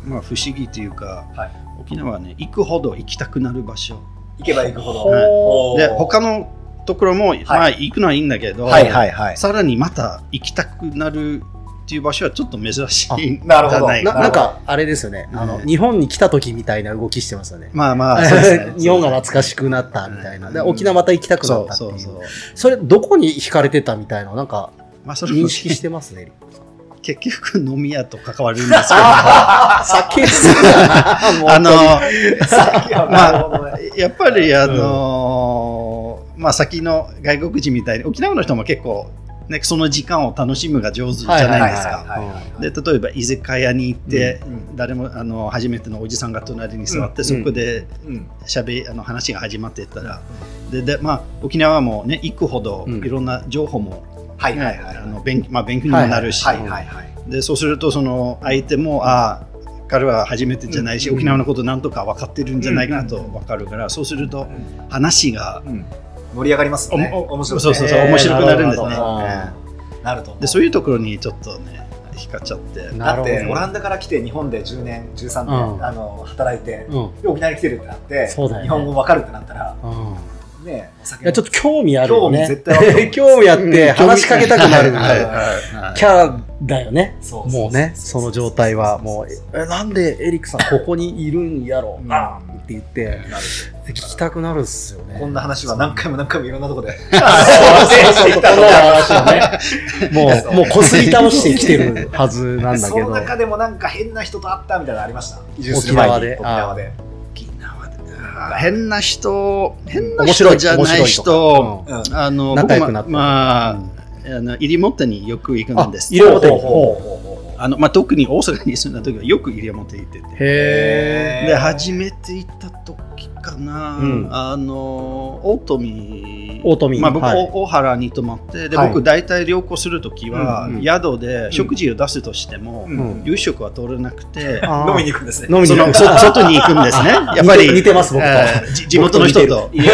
S1: まあ不思議というか、
S3: はい
S1: 沖縄はね行くほど行きたくなる場所
S3: 行けば行くほど。
S1: はい
S3: おー
S1: で他のところも、まあ行くのはいいんだけど、
S3: はいはいはい。
S1: さらにまた行きたくなるっていう場所はちょっと珍し
S2: あ
S1: いんじ
S3: なるほど
S1: ゃない
S2: な
S1: か
S3: るほど
S2: なんか、あれですよね。あの、
S1: うん
S2: 日本に来た時みたいな動きしてますよね。
S1: ま あまあ、そうですね
S2: 日本が懐かしくなったみたいな。で
S1: うん
S2: 沖縄また行きたくな
S1: そ
S2: っ
S1: う
S2: たってい。
S1: そうう
S2: そ
S1: そう。
S2: れ、どこに惹かれてたみたいな、なんか
S1: まあ、それも
S2: 認識してますね。
S1: 結局飲み屋と関わるんです けど
S2: 酒好きだな、もう
S1: あの
S3: さっきはなるほどね
S1: やっぱりあのーまあ先の外国人みたいに沖縄の人も結構、ね、その時間を楽しむが上手じゃないです
S3: はい
S1: か。
S3: はいはいはい
S1: で例えば居酒屋に行って、
S3: うん
S1: 誰もあの初めてのおじさんが隣に座って、
S2: うん
S1: そこで
S3: うん
S1: しゃべあの話が始まってったら、ででまあ、沖縄も、ね、行くほど
S2: うん
S1: いろんな情報も、
S3: はい
S1: ね
S3: はいはい
S1: あの勉まあ、勉強にもなるし、
S3: はいはいはい
S1: でそうするとその相手もああ彼は初めてじゃないし、
S3: うん
S1: 沖縄のことなんとか分かってるんじゃないかなと
S3: うん
S1: 分かるから、そうすると話が
S3: うん盛り上がりますよね
S1: おお
S3: 面白い
S1: そうそうそう面白くなるんですね
S3: なると思う
S1: でそういうところにちょっとね光っちゃって
S2: な
S3: だ
S2: る
S3: って
S2: ほ
S3: オラ
S2: ど
S3: ンダから来て日本で10年13
S2: う
S3: 年
S2: ん
S3: あの働いて
S2: うん
S3: で沖縄に来てるってなって
S2: そうだよね
S3: 日本語わかるってなったら
S2: うん
S3: ねお酒
S2: いやちょっ
S3: と
S2: と興味あるよ
S3: 興味
S2: ね。
S3: 絶対あると思 う
S2: 興味あって
S1: うん興味
S2: 話しかけたくなるみ
S1: は
S2: た
S1: い
S2: い
S1: は
S2: ない
S1: はい
S2: キャラだよね。
S3: そうそうそう
S2: もうね、その状態はもう、え、なんでエリックさんここにいるんやろ
S3: う、ん
S2: あーって言って、
S3: なる
S2: 聞きたくなるっすよね。
S3: こんな話は何回も何回もいろんなと こで
S2: そうそうそうこんな話をね、
S3: そ
S2: も
S3: う
S2: う、もうこすり倒してきてるはずなんだ
S3: そ
S2: け
S3: の
S2: ど。
S3: 中でもなんか変な人と会ったみたいなのありました移住する前に
S2: 沖縄で
S3: 沖縄で
S1: 沖縄であー変な人変な
S2: 面白
S1: 人
S2: い
S1: じゃない人
S2: 面白いとか
S3: うん
S1: あの
S2: 仲良くなった
S1: 僕もまああの入り元によく行くんです
S2: あ入れ表に
S3: ほうほうほうほうほう
S1: あの、まあ、特に大阪に住んだ時はよく入り表行ってて
S2: へ
S1: で初めて行った時かな、
S2: うん
S1: あの大富
S2: 大富
S1: まあ、僕、
S2: はい
S1: お大原に泊まってで、
S3: はい
S1: 僕大体旅行する時は、
S2: うんうん
S1: 宿で食事を出すとしても、
S3: う
S2: ー。うんん
S1: 夕食は取れなく て
S2: あー
S3: 飲みに行くんですね
S2: 飲み
S1: そ
S2: に行
S1: の
S2: く
S1: そ 外に行くんですねやっぱ
S2: 似て
S1: り
S2: 似てます、僕と。
S1: えーじ地元の人
S2: 僕
S1: と
S3: いや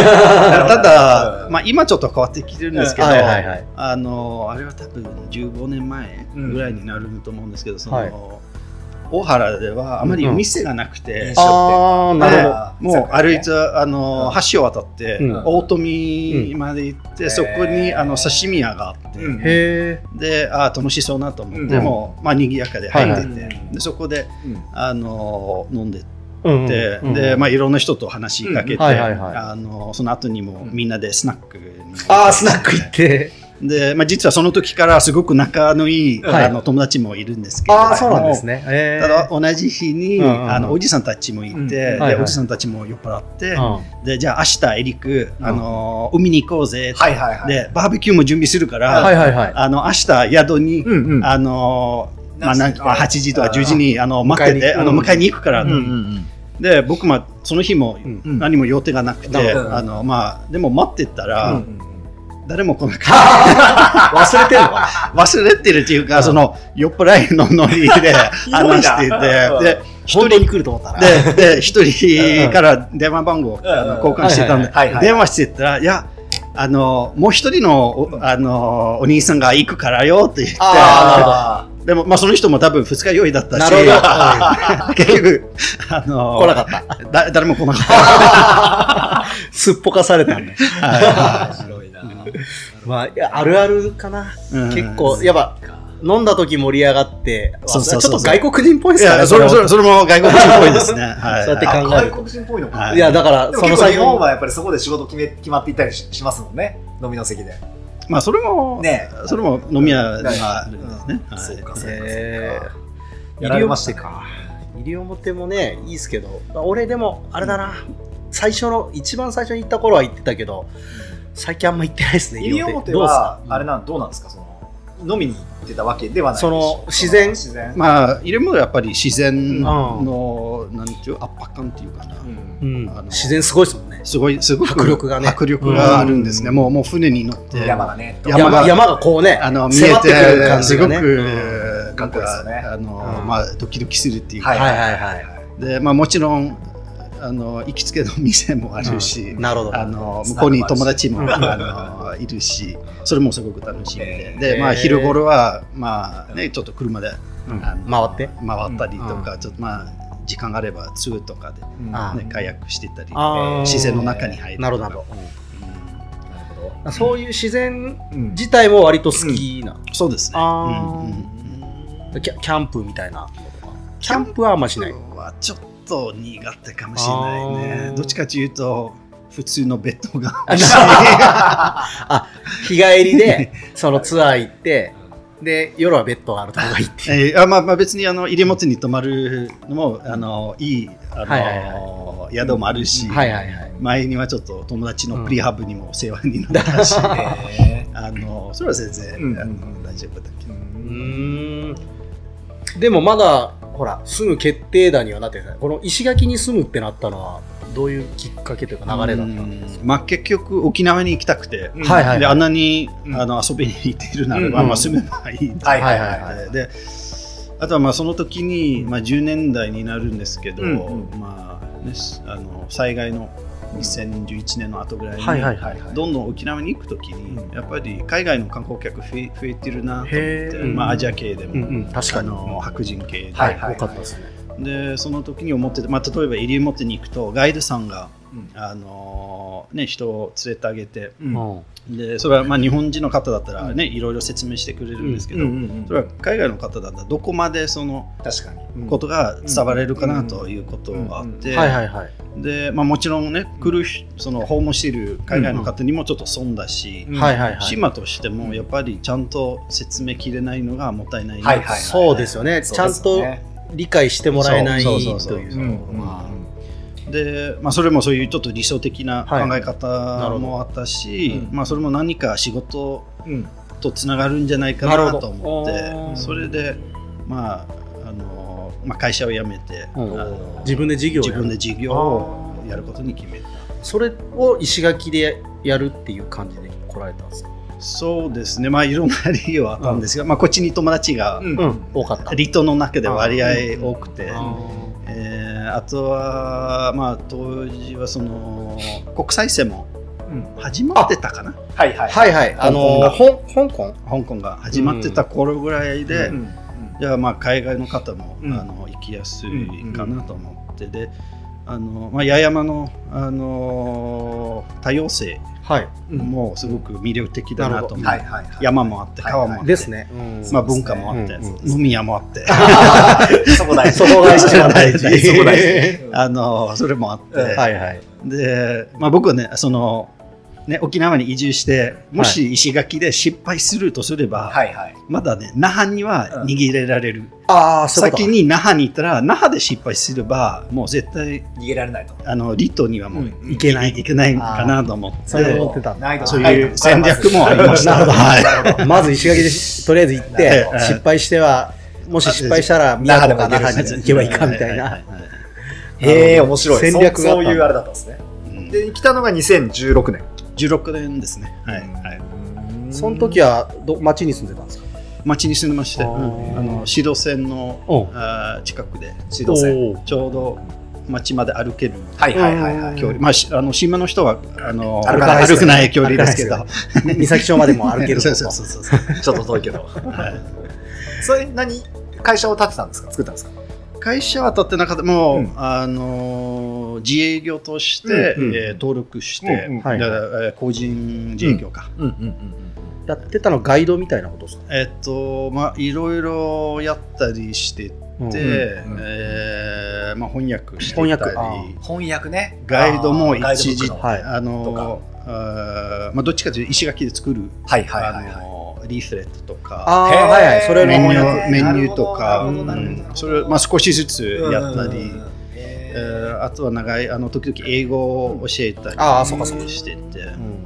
S1: ただ、
S3: うん
S1: まあ、今ちょっと変わってきてるんですけど、
S2: はいはいはい。
S1: あのあれは多分15年前ぐらいになると思うんですけど、その
S2: はい
S1: 大原ではあまりお店がなくて、
S3: うん
S2: あー、なるほど。
S3: あー
S1: もう歩いて、あ
S3: う
S1: の
S3: ん
S1: 橋を渡って、
S2: うん
S1: 大富まで行って、
S3: うん
S1: そこに
S3: へー
S1: あの刺身屋があって、
S3: うん
S2: へ
S1: であー楽しそうなと思って、
S2: うん
S1: もうまあ賑やかで入ってて、
S3: はいはい
S1: でそこで
S3: うん
S1: あの飲んでって、
S2: ーうんうん。
S1: でまあ
S2: あ、
S1: いろんな人と話しかけて、
S2: うんはいはいはい
S1: あのその後にもみんなでスナックに
S2: あー、スナック行って。
S1: で、まあ、実はその時からすごく仲のいい、
S2: はい
S1: あの友達もいるんですけれども
S2: ああ、そうなんですね。え
S1: ただ同じ日に、
S2: うんうんうん
S1: あのおじさんたちもいて、
S3: うん
S1: で
S2: はいはい
S1: おじさんたちも酔っ払って、
S2: うん
S1: でじゃあ明日エリック、あのー海に行こうぜ、
S3: はいはいはい
S1: でバーベキューも準備するから、
S2: はいはいはい。
S1: あの明日宿に、
S2: うんうん
S1: あのーまあ、な
S3: 何
S1: ん
S3: 時
S1: か8時とか10時にあの
S2: 迎
S1: 待
S2: え
S1: っ
S2: に
S1: てて、あの
S2: うん
S1: 迎えに行くから、
S3: うん
S1: で僕もその日も
S2: うん
S3: うん
S1: 何も予定がなく
S2: な
S1: て、
S2: る
S3: ほど
S1: あのまあ、でも待ってた
S3: う
S1: ら、
S3: んうんうん
S1: 誰も来なか
S2: 忘れてるのか
S1: った 忘れてるっていうか、その酔っ払いの ノリで話して
S3: うん
S1: てで一
S2: 本
S1: 人
S2: 当に来ると思ったら。
S1: で、で、一人から電話番号をあの交換してたんで
S3: はいはいはいはいは、い
S1: 電話してたら、いや、あの、もう一人のお、あの、お兄さんが行くからよって言っ
S3: あ
S1: て、でも、まあ、その人も多分二日酔いだったし、
S2: なるほ
S1: 結局、あの、
S2: ど。来なかった。
S1: だ誰も来なかった。
S2: すっぽかされたんだ。
S3: ー
S1: は
S3: 面白いな
S2: まあいや、あるあるかな。
S1: いうん
S2: 結構、やっぱ、飲んだ時盛り上がって、
S1: そうそうそう
S2: ちょっと外国人っぽいっ
S1: い
S2: すから
S1: や、
S2: ね。
S1: それ、
S2: も
S1: それ、それも外国人っぽい ですね。はい。
S2: そうやって考え
S1: はい
S2: る
S3: あ外国人っぽいの
S1: は
S3: か
S1: い
S2: いや、だから、
S3: で
S2: そ
S3: も
S2: の
S3: 結構
S2: 際
S3: 日
S2: に。
S3: 本はやっぱりそこで仕事決め決まっていったりししますもんね飲みの席で
S1: まあ、それも、
S3: ね
S1: それも飲み屋があるんですね。
S3: うんそうかそうかそう
S2: え
S3: か
S2: ー
S3: やられましたか
S2: 西表もね、いいっすけど、まあ俺でも、あれだな、最初の、一番最初に行った頃は行ってたけど、最近あんま行ってないですね、
S3: 西表
S2: どうっす
S3: は
S2: か
S3: あれなんどうなんですかその飲みに行ってたわけではない
S2: その
S3: でしょ
S2: 自然
S3: 自然
S1: まあ、入れ物はやっぱり自然の、なんていう、圧迫感っていうかな。
S3: うん
S2: うん
S1: あの
S2: 自然すごいですもんね。
S1: すごい、すごく
S2: 迫力がね
S1: 迫力があるんですね。
S2: うん
S1: もう、もう船に乗って、
S3: 山がね
S1: 山
S2: 山
S1: が
S2: がこうね、
S1: あの、見え
S2: 迫ってくる
S1: て、
S2: 感
S1: す
S2: じ
S1: ご
S2: が
S1: く、
S2: ね
S1: なん
S3: かっこいいですよね
S1: あの、
S2: うん
S1: まあ、ドキドキするっていうか。
S3: はい
S2: はいはいはい
S1: で、まあ、もちろん、あの、行きつけの店もあるし、
S2: なるほど。
S1: あの、向こうに友達も、あの、いるし、それもすごく楽しみで。
S3: え
S2: ー
S1: で、まあ、昼頃は、まあ、ね、ちょっと車で、
S2: うん
S1: あの
S2: 回って。
S1: 回ったりとか、ちょっと、まあ、時間があれば、ツーとかで、
S3: うん
S2: あ
S1: ね、カヤックしてたり、
S2: あー
S1: 自然の中に入る。
S2: なるほどなるほ
S1: うん
S3: なるほど
S2: ど。そういう自然
S3: うん
S2: 自体も割と好きな。
S1: そうですね。
S2: あー
S1: うんうんうん
S2: キャキャンプみたいな。キャンプはあんましない。
S1: はちょっと苦手かもしれない
S2: あ
S1: ね。
S2: ー
S1: どっちかというと、普通のベッ ドが
S2: あ
S1: 欲しい。
S2: 日帰りで、そのツアー行って、で、夜はベッドがあるとこがいいっていう。
S1: えーあまあまあ別にあの入れ持ちに泊まるのもあのいいあの、
S2: はいはい
S1: 宿もあるし、
S2: はいはいはい。
S1: 前にはちょっと友達のプリハブにもお世話になったし、
S3: え
S1: あのそれは全然、
S3: うん
S1: あの大丈夫だけど、
S2: うーんでもまだほら住む決定打にはなってないこの石垣に住むってなったのはどういうきっかけというか流れだったんですか
S1: まあ、結局沖縄に行きたくて、
S3: うん
S2: はいはい
S1: であんなに、
S3: うん
S1: あの遊びに行っているならば、
S2: うん
S1: まあ、住めばいいな
S3: はいはいはいはい。
S1: でであとはまあその時に、まあ、10年代になるんですけど、
S3: うん
S1: まあね、あの災害の2011年の後ぐらいに、
S2: はいはいはいはい
S1: どんどん沖縄に行くときに、
S3: うん
S1: やっぱり海外の観光客増え増えてるなと思っ
S2: へ
S1: て、
S2: ー
S1: まあ、アジア系でも、
S2: うんうん確か
S1: あ
S2: に
S1: の白人系で,、
S3: はい
S2: 多かったですね
S1: でその時に思ってて、まあ、例えば西表に行くとガイドさんが、
S3: うん
S1: あのね、人を連れてあげて
S3: うんうん
S1: でそれはまあ日本人の方だったら、ねいろいろ説明してくれるんですけ
S3: う
S1: ど、
S3: ん
S1: それは海外の方だったらどこまでその
S3: 確かに。うん
S1: ことが伝われるかなということがあって、
S2: はいはいはい
S1: でまあ、もちろんね来る人その訪問している海外の方にもちょっと損だし、
S3: うん
S2: はいはいはい
S1: 島としてもやっぱりちゃんと説明きれないのがもったいないな
S3: はいはい
S2: そうですよねちゃんと理解してもらえないと
S1: そう
S2: い
S1: そうそうそう
S3: う
S2: うん
S3: うん
S2: ま
S1: で、まあ、それもそういうちょっと理想的な考え
S2: なる
S1: 方
S2: ほ
S1: もあったし、
S3: うん
S1: まあ、それも何か仕事
S3: うん
S1: とつながるんじゃないか
S2: なる
S1: な
S2: ほど
S1: と思
S2: お
S1: っ
S2: ー
S1: てそれで、まああのまあ、会社を辞めて、
S2: うん
S1: あの
S2: 自分で事業をや
S1: 自
S2: る
S1: 分で事業をやることに決めた
S2: それを石垣でやるっていう感じで来られたんですか
S1: そうですねまあいろんな理由はあったんですが、まあ、こっちに友達が
S3: うん
S2: 多かった
S1: 離島の中で割合多くて。
S2: あー
S1: えーあとは、まあ、当時はその国際線も
S3: うん
S1: 始まってたかな
S3: はいはい
S2: はいはいあのーほん香港
S1: 香港が始まってた頃ぐらいで、
S3: うん
S1: じゃあまあ海外の方も、
S3: うん
S1: あの行きやすいかなと思って、であの、まあ、八重山の、あのー多様性
S2: はい
S3: うん
S1: もすごく魅力的だなと思う、
S3: はいはいはい
S1: 山もあって
S3: はい
S1: 川もあって、
S2: ですね
S1: まあ、文化もあって、
S2: うんうん
S1: 海屋もあって、
S3: そこ大事
S2: そこが一 番大事
S1: そこ
S3: 大事
S1: あのそれもあって、
S3: う ん
S2: はいはい
S1: で、まあ、僕はねそのね沖縄に移住してもし石垣で失敗するとすれば、
S3: はいはい
S1: まだね那覇には逃げられる、
S2: ああそういうこと
S1: 先に那覇に行ったら那覇で失敗すればもう絶対
S3: 逃げられないと
S1: あの離島にはもう
S3: うん
S1: 行けない、行けないかなと思って
S2: それを思ってたんだ
S3: 難易度
S1: そう
S3: 高
S1: いう戦略もありま し
S2: なる
S1: た
S2: ほど
S1: は い
S2: まず石垣でとりあえず行っ
S1: は
S2: て
S1: いはい
S2: 失敗してはもし失敗したら宮古か那覇に行けばいいかみたい
S1: は
S2: な
S1: ははは
S3: へえ面白い
S2: 戦略があ
S3: そ
S2: っただ
S3: うんそういうあれだったんですね
S1: うん
S3: で来たのが2016年
S1: 16年ですねはい、はい、
S3: い
S2: その時はど町に住んでたんですか
S1: 町に住んでまして、
S2: あ
S1: う
S2: ー
S1: んあの指導線の
S2: お
S1: あー近くで
S3: 指導線
S2: ー
S1: ちょうど町まで歩ける
S3: はいはいはいは
S2: う
S3: い
S2: ん
S1: 距離、まあ、しあの島の人はあの
S3: 歩かないですよね
S1: 歩くない距離ですけど
S2: 三崎町までも歩ける
S1: そ
S2: と
S1: うそうそうそうそう
S3: ちょっと遠いけど
S1: はい
S3: それ何会社を建てたんですか作ったんですか
S1: 会社は当たってなかったもう、
S3: うん
S1: あのー自営業として、
S3: うんうん
S1: えー登録して、
S3: うんうん
S2: はい
S1: だからえー個人自営業か、
S3: うんうんうん
S2: やってたのガイドみたいなことですか
S1: えっとまあいろいろやったりしてて、
S3: うんうん
S1: えーまあ、翻訳してたり
S2: 翻訳あー
S3: 翻訳ね
S1: ガイドも一時
S3: あーガイドブックの
S2: はい
S1: あの
S3: とか
S1: ーあーまあ、どっちかというと石垣で作る、
S3: はいはいはいはい
S1: あのーリーフレットとか
S2: ああ
S3: へー
S2: はいはいそれの
S1: メニ
S2: 翻
S1: ュ
S2: 訳
S1: ーメニューとか、
S2: なる
S1: う
S2: ほどなるほど
S1: んそれをまあ少しずつやったり、え
S3: え
S1: ーあとは長いあの時々英語を教えたり
S2: あーそうかそうか
S1: してて、
S2: うん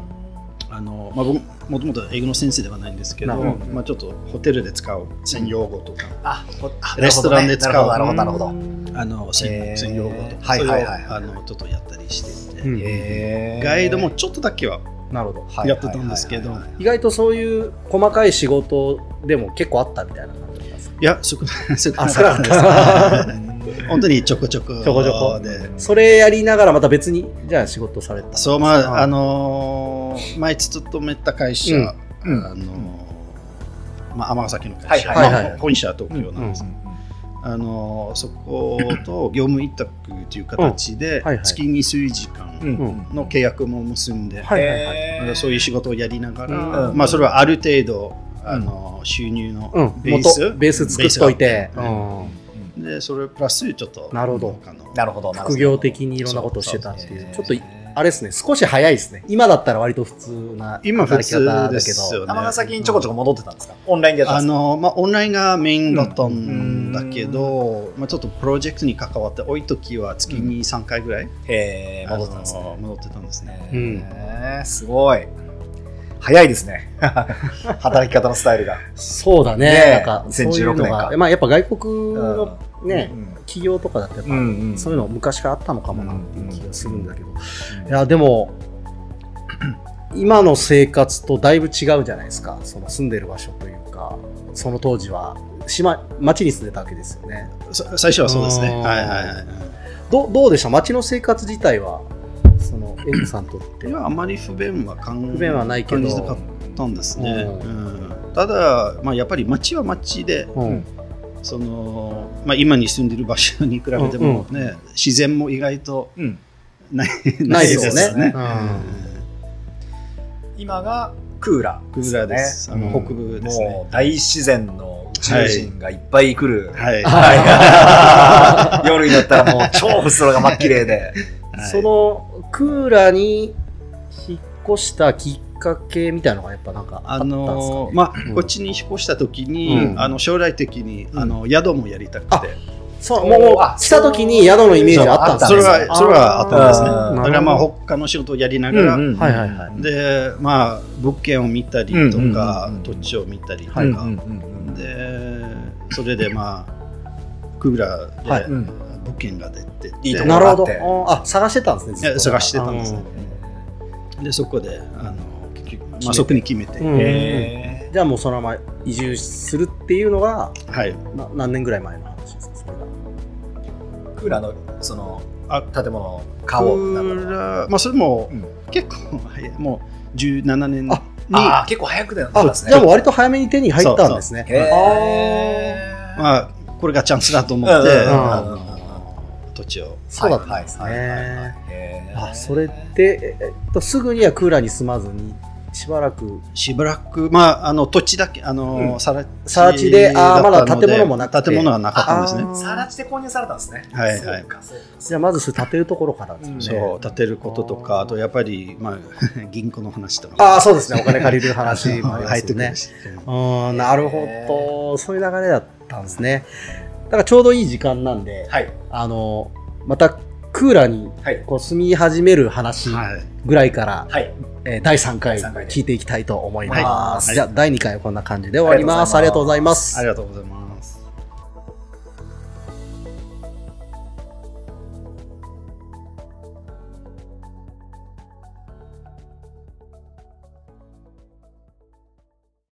S1: あのまあ僕もともと英語の先生ではないんですけど、
S2: なる
S3: ほど
S1: まあちょっとホテルで使う専用語とか、
S3: あほあ
S1: レストランで使う
S3: なるほどなるほどなるほ
S1: あの専
S3: へー
S1: 専用語とか、
S3: はい
S1: それを
S3: はいはいはい
S1: あのちょっとやったりしてて、
S2: うん
S3: どへー
S1: ガイドもちょっとだけは
S2: なるほど
S1: やってたんですけど、い
S3: はいはいはい
S2: 意外とそういう細かい仕事でも結構あったみたいな感じだったんですか
S1: や少な少
S2: あ
S1: な
S2: 少な
S1: か
S2: か
S1: った
S2: っ
S1: です
S2: た
S1: 本当にちょこちょこ
S2: ちょこちょこ
S1: で。
S2: それやりながらまた別にじゃあ仕事された
S1: そうまあ、
S2: あ
S1: あのー前勤めた会社、
S2: うん
S3: うん
S1: あのーまあ尼崎の会社、
S3: はいはい
S2: はい
S1: まあ本社は東京なんです、あのーそこと業務委託という形で、
S2: んはいはい
S1: 月に数時間
S2: うん
S1: の契約も結んで、
S2: はいはいはい
S1: まあそういう仕事をやりながら、
S3: うん
S1: まあそれはある程度あのー収入の
S2: うん、
S1: ベース、
S2: 元ベース作っといて、
S1: ベースが
S2: うん
S1: でそれプラスちょっと
S2: なるほど
S1: あの
S3: なるほどなるほど
S2: 副業的にいろんなことをしてたって
S3: そ
S2: いうう
S3: そう
S2: ち
S3: そ
S2: ょっ
S3: う
S2: と
S3: ね。
S2: あれですね、少し早いですね。今だったら割と普通な
S1: 今普
S2: 働き
S1: 通
S2: 方
S1: で
S2: だけ
S1: す
S2: ど。
S1: よね。
S3: 尼崎にちょこちょこ戻ってたんですか、オンラインでやってた
S1: あ
S3: んですか
S1: のまあ、オンラインがメインだったんだけど、まあ、ちょっとプロジェクトに関わって多い時は月に3回ぐらい、
S3: へえ、戻ってたんです
S1: あの
S3: ね。
S1: 戻ってたんですね。
S3: へーすごい。早いですね。 働き方のスタイルが。
S2: そうだね。
S3: ねえ
S2: なんか、そういうの
S3: 2016年
S2: が。
S3: か
S2: まあやっぱ外国のね
S3: う、ん
S2: 企業とかだってやっぱ、
S3: うんうん
S2: そういうの昔からあったのかもなっていう気がするんだけど。
S3: うん
S2: いや、でも、 今の生活とだいぶ違うじゃないですか。その住んでる場所というか、その当時は、島、町に住んでたわけですよね。
S1: さ最初はそうですね。
S2: あー
S1: はいはいはい。
S2: どどうでした街の生活自体は、その、エミさんとって。
S1: いやあまり不便は感
S2: 不便はないけど
S1: 感じなかったんですね。
S2: う
S1: うんただ、まあ、やっぱり街は街で、
S2: うん。
S1: そのまあ、今に住んでる場所に比べても、ね自然も意外と
S3: うん
S1: ない
S2: ないです
S3: よね
S1: ね。
S3: 今がクーラー
S1: ク
S3: です
S1: ー
S3: よ
S1: ラ
S3: ね。
S1: です。あの
S2: うん
S1: 北部ですね。
S3: もう大自然の宇宙人がいっぱい来る。
S1: はい。
S3: はい 夜になったらもう超星空が真っ綺麗で。
S1: はい
S2: そのクーラーに引っ越したきっかけみたいなのがやっぱなんかあっ
S1: あ
S2: たんですか、ね
S1: のま
S2: うん
S1: あ、こっちに引っ越した時に、
S2: うん
S1: あの将来的に、あの宿もやりたくて、
S2: そう
S3: おー
S2: もう
S3: あ
S2: 来た時に宿のイメージがあったんで
S1: それ
S2: す
S3: そう
S2: か
S3: そう
S1: はそれはあったんですね
S3: あー
S1: だからまあ
S2: なるほ
S1: 他の仕事をやりながら、
S3: うんうん
S2: はいはいは
S1: でまあ物件を見たりと
S3: う
S1: か、
S3: んうんうん
S1: 土地を見たりとか、
S2: はい
S3: うんうんうん
S1: でそれでまあクーラーで、
S2: はい
S3: うん
S1: 物件が出てて
S3: いいと
S2: ど
S3: こ
S2: なるほ
S3: あって
S2: どあ探してたんですねずっと
S1: いや探してたんですね
S3: う
S1: でそこであの結局
S3: 決め
S1: まあ、
S3: て
S1: そこに決めて、
S2: うん
S3: んへ
S2: じゃあもうそのまま移住するっていうのが
S1: はい
S2: な何年ぐらい前の話ですかそれが
S3: ークーラーのその
S1: あ
S3: 建物の
S1: ク
S3: 顔なんだ
S1: ー
S3: ろう
S1: ラーまあそれも、
S3: うん
S1: 結構早いもう17年に
S2: あ
S3: ああ結構早くでなったん
S2: あ
S3: ですね
S2: じゃあもう割と早めに手に入ったんですね
S3: へー
S1: まあこれがチャンスだと思って、
S3: うんうんうん
S1: あ
S3: うん
S1: の土地を
S2: そうだったんですね、
S3: はいはいはいはいへー
S2: あそれで、えっと、すぐにはクーラーに住まずにしばらく
S1: しばらく、まあ、あの土地だけ、あの、
S3: うん
S1: さら
S2: さら地であーまだ建物もなくて
S1: 建物がなかったんですね。
S3: さら地で購入されたんですね
S1: はいはい
S3: そうかそうか
S2: じゃあまずそれ建てるところからですね、
S3: うん
S1: そう、建てることとか、あとやっぱり、まあ、 銀行の話とか。
S2: ああそうですねお金借りる話もありま
S1: 入っ
S2: す
S1: て
S2: よ
S1: くる
S2: ね
S1: し。
S2: うんなるほどそういう流れだったんですねだからちょうどいい時間なんで
S3: はい
S2: あのまたクーラーに
S3: はい
S2: こう住み始める話
S1: はい。
S2: ぐらいから、
S3: はい
S2: えー第3回
S3: 第三回で
S2: 聞いていきたいと思います、
S1: はい
S2: じゃあ第2回はこんな感じで終わりますあ
S3: あ
S2: り
S3: り
S2: が
S3: が
S2: とうご
S3: とうご
S2: ざいます
S1: ありがとうございます。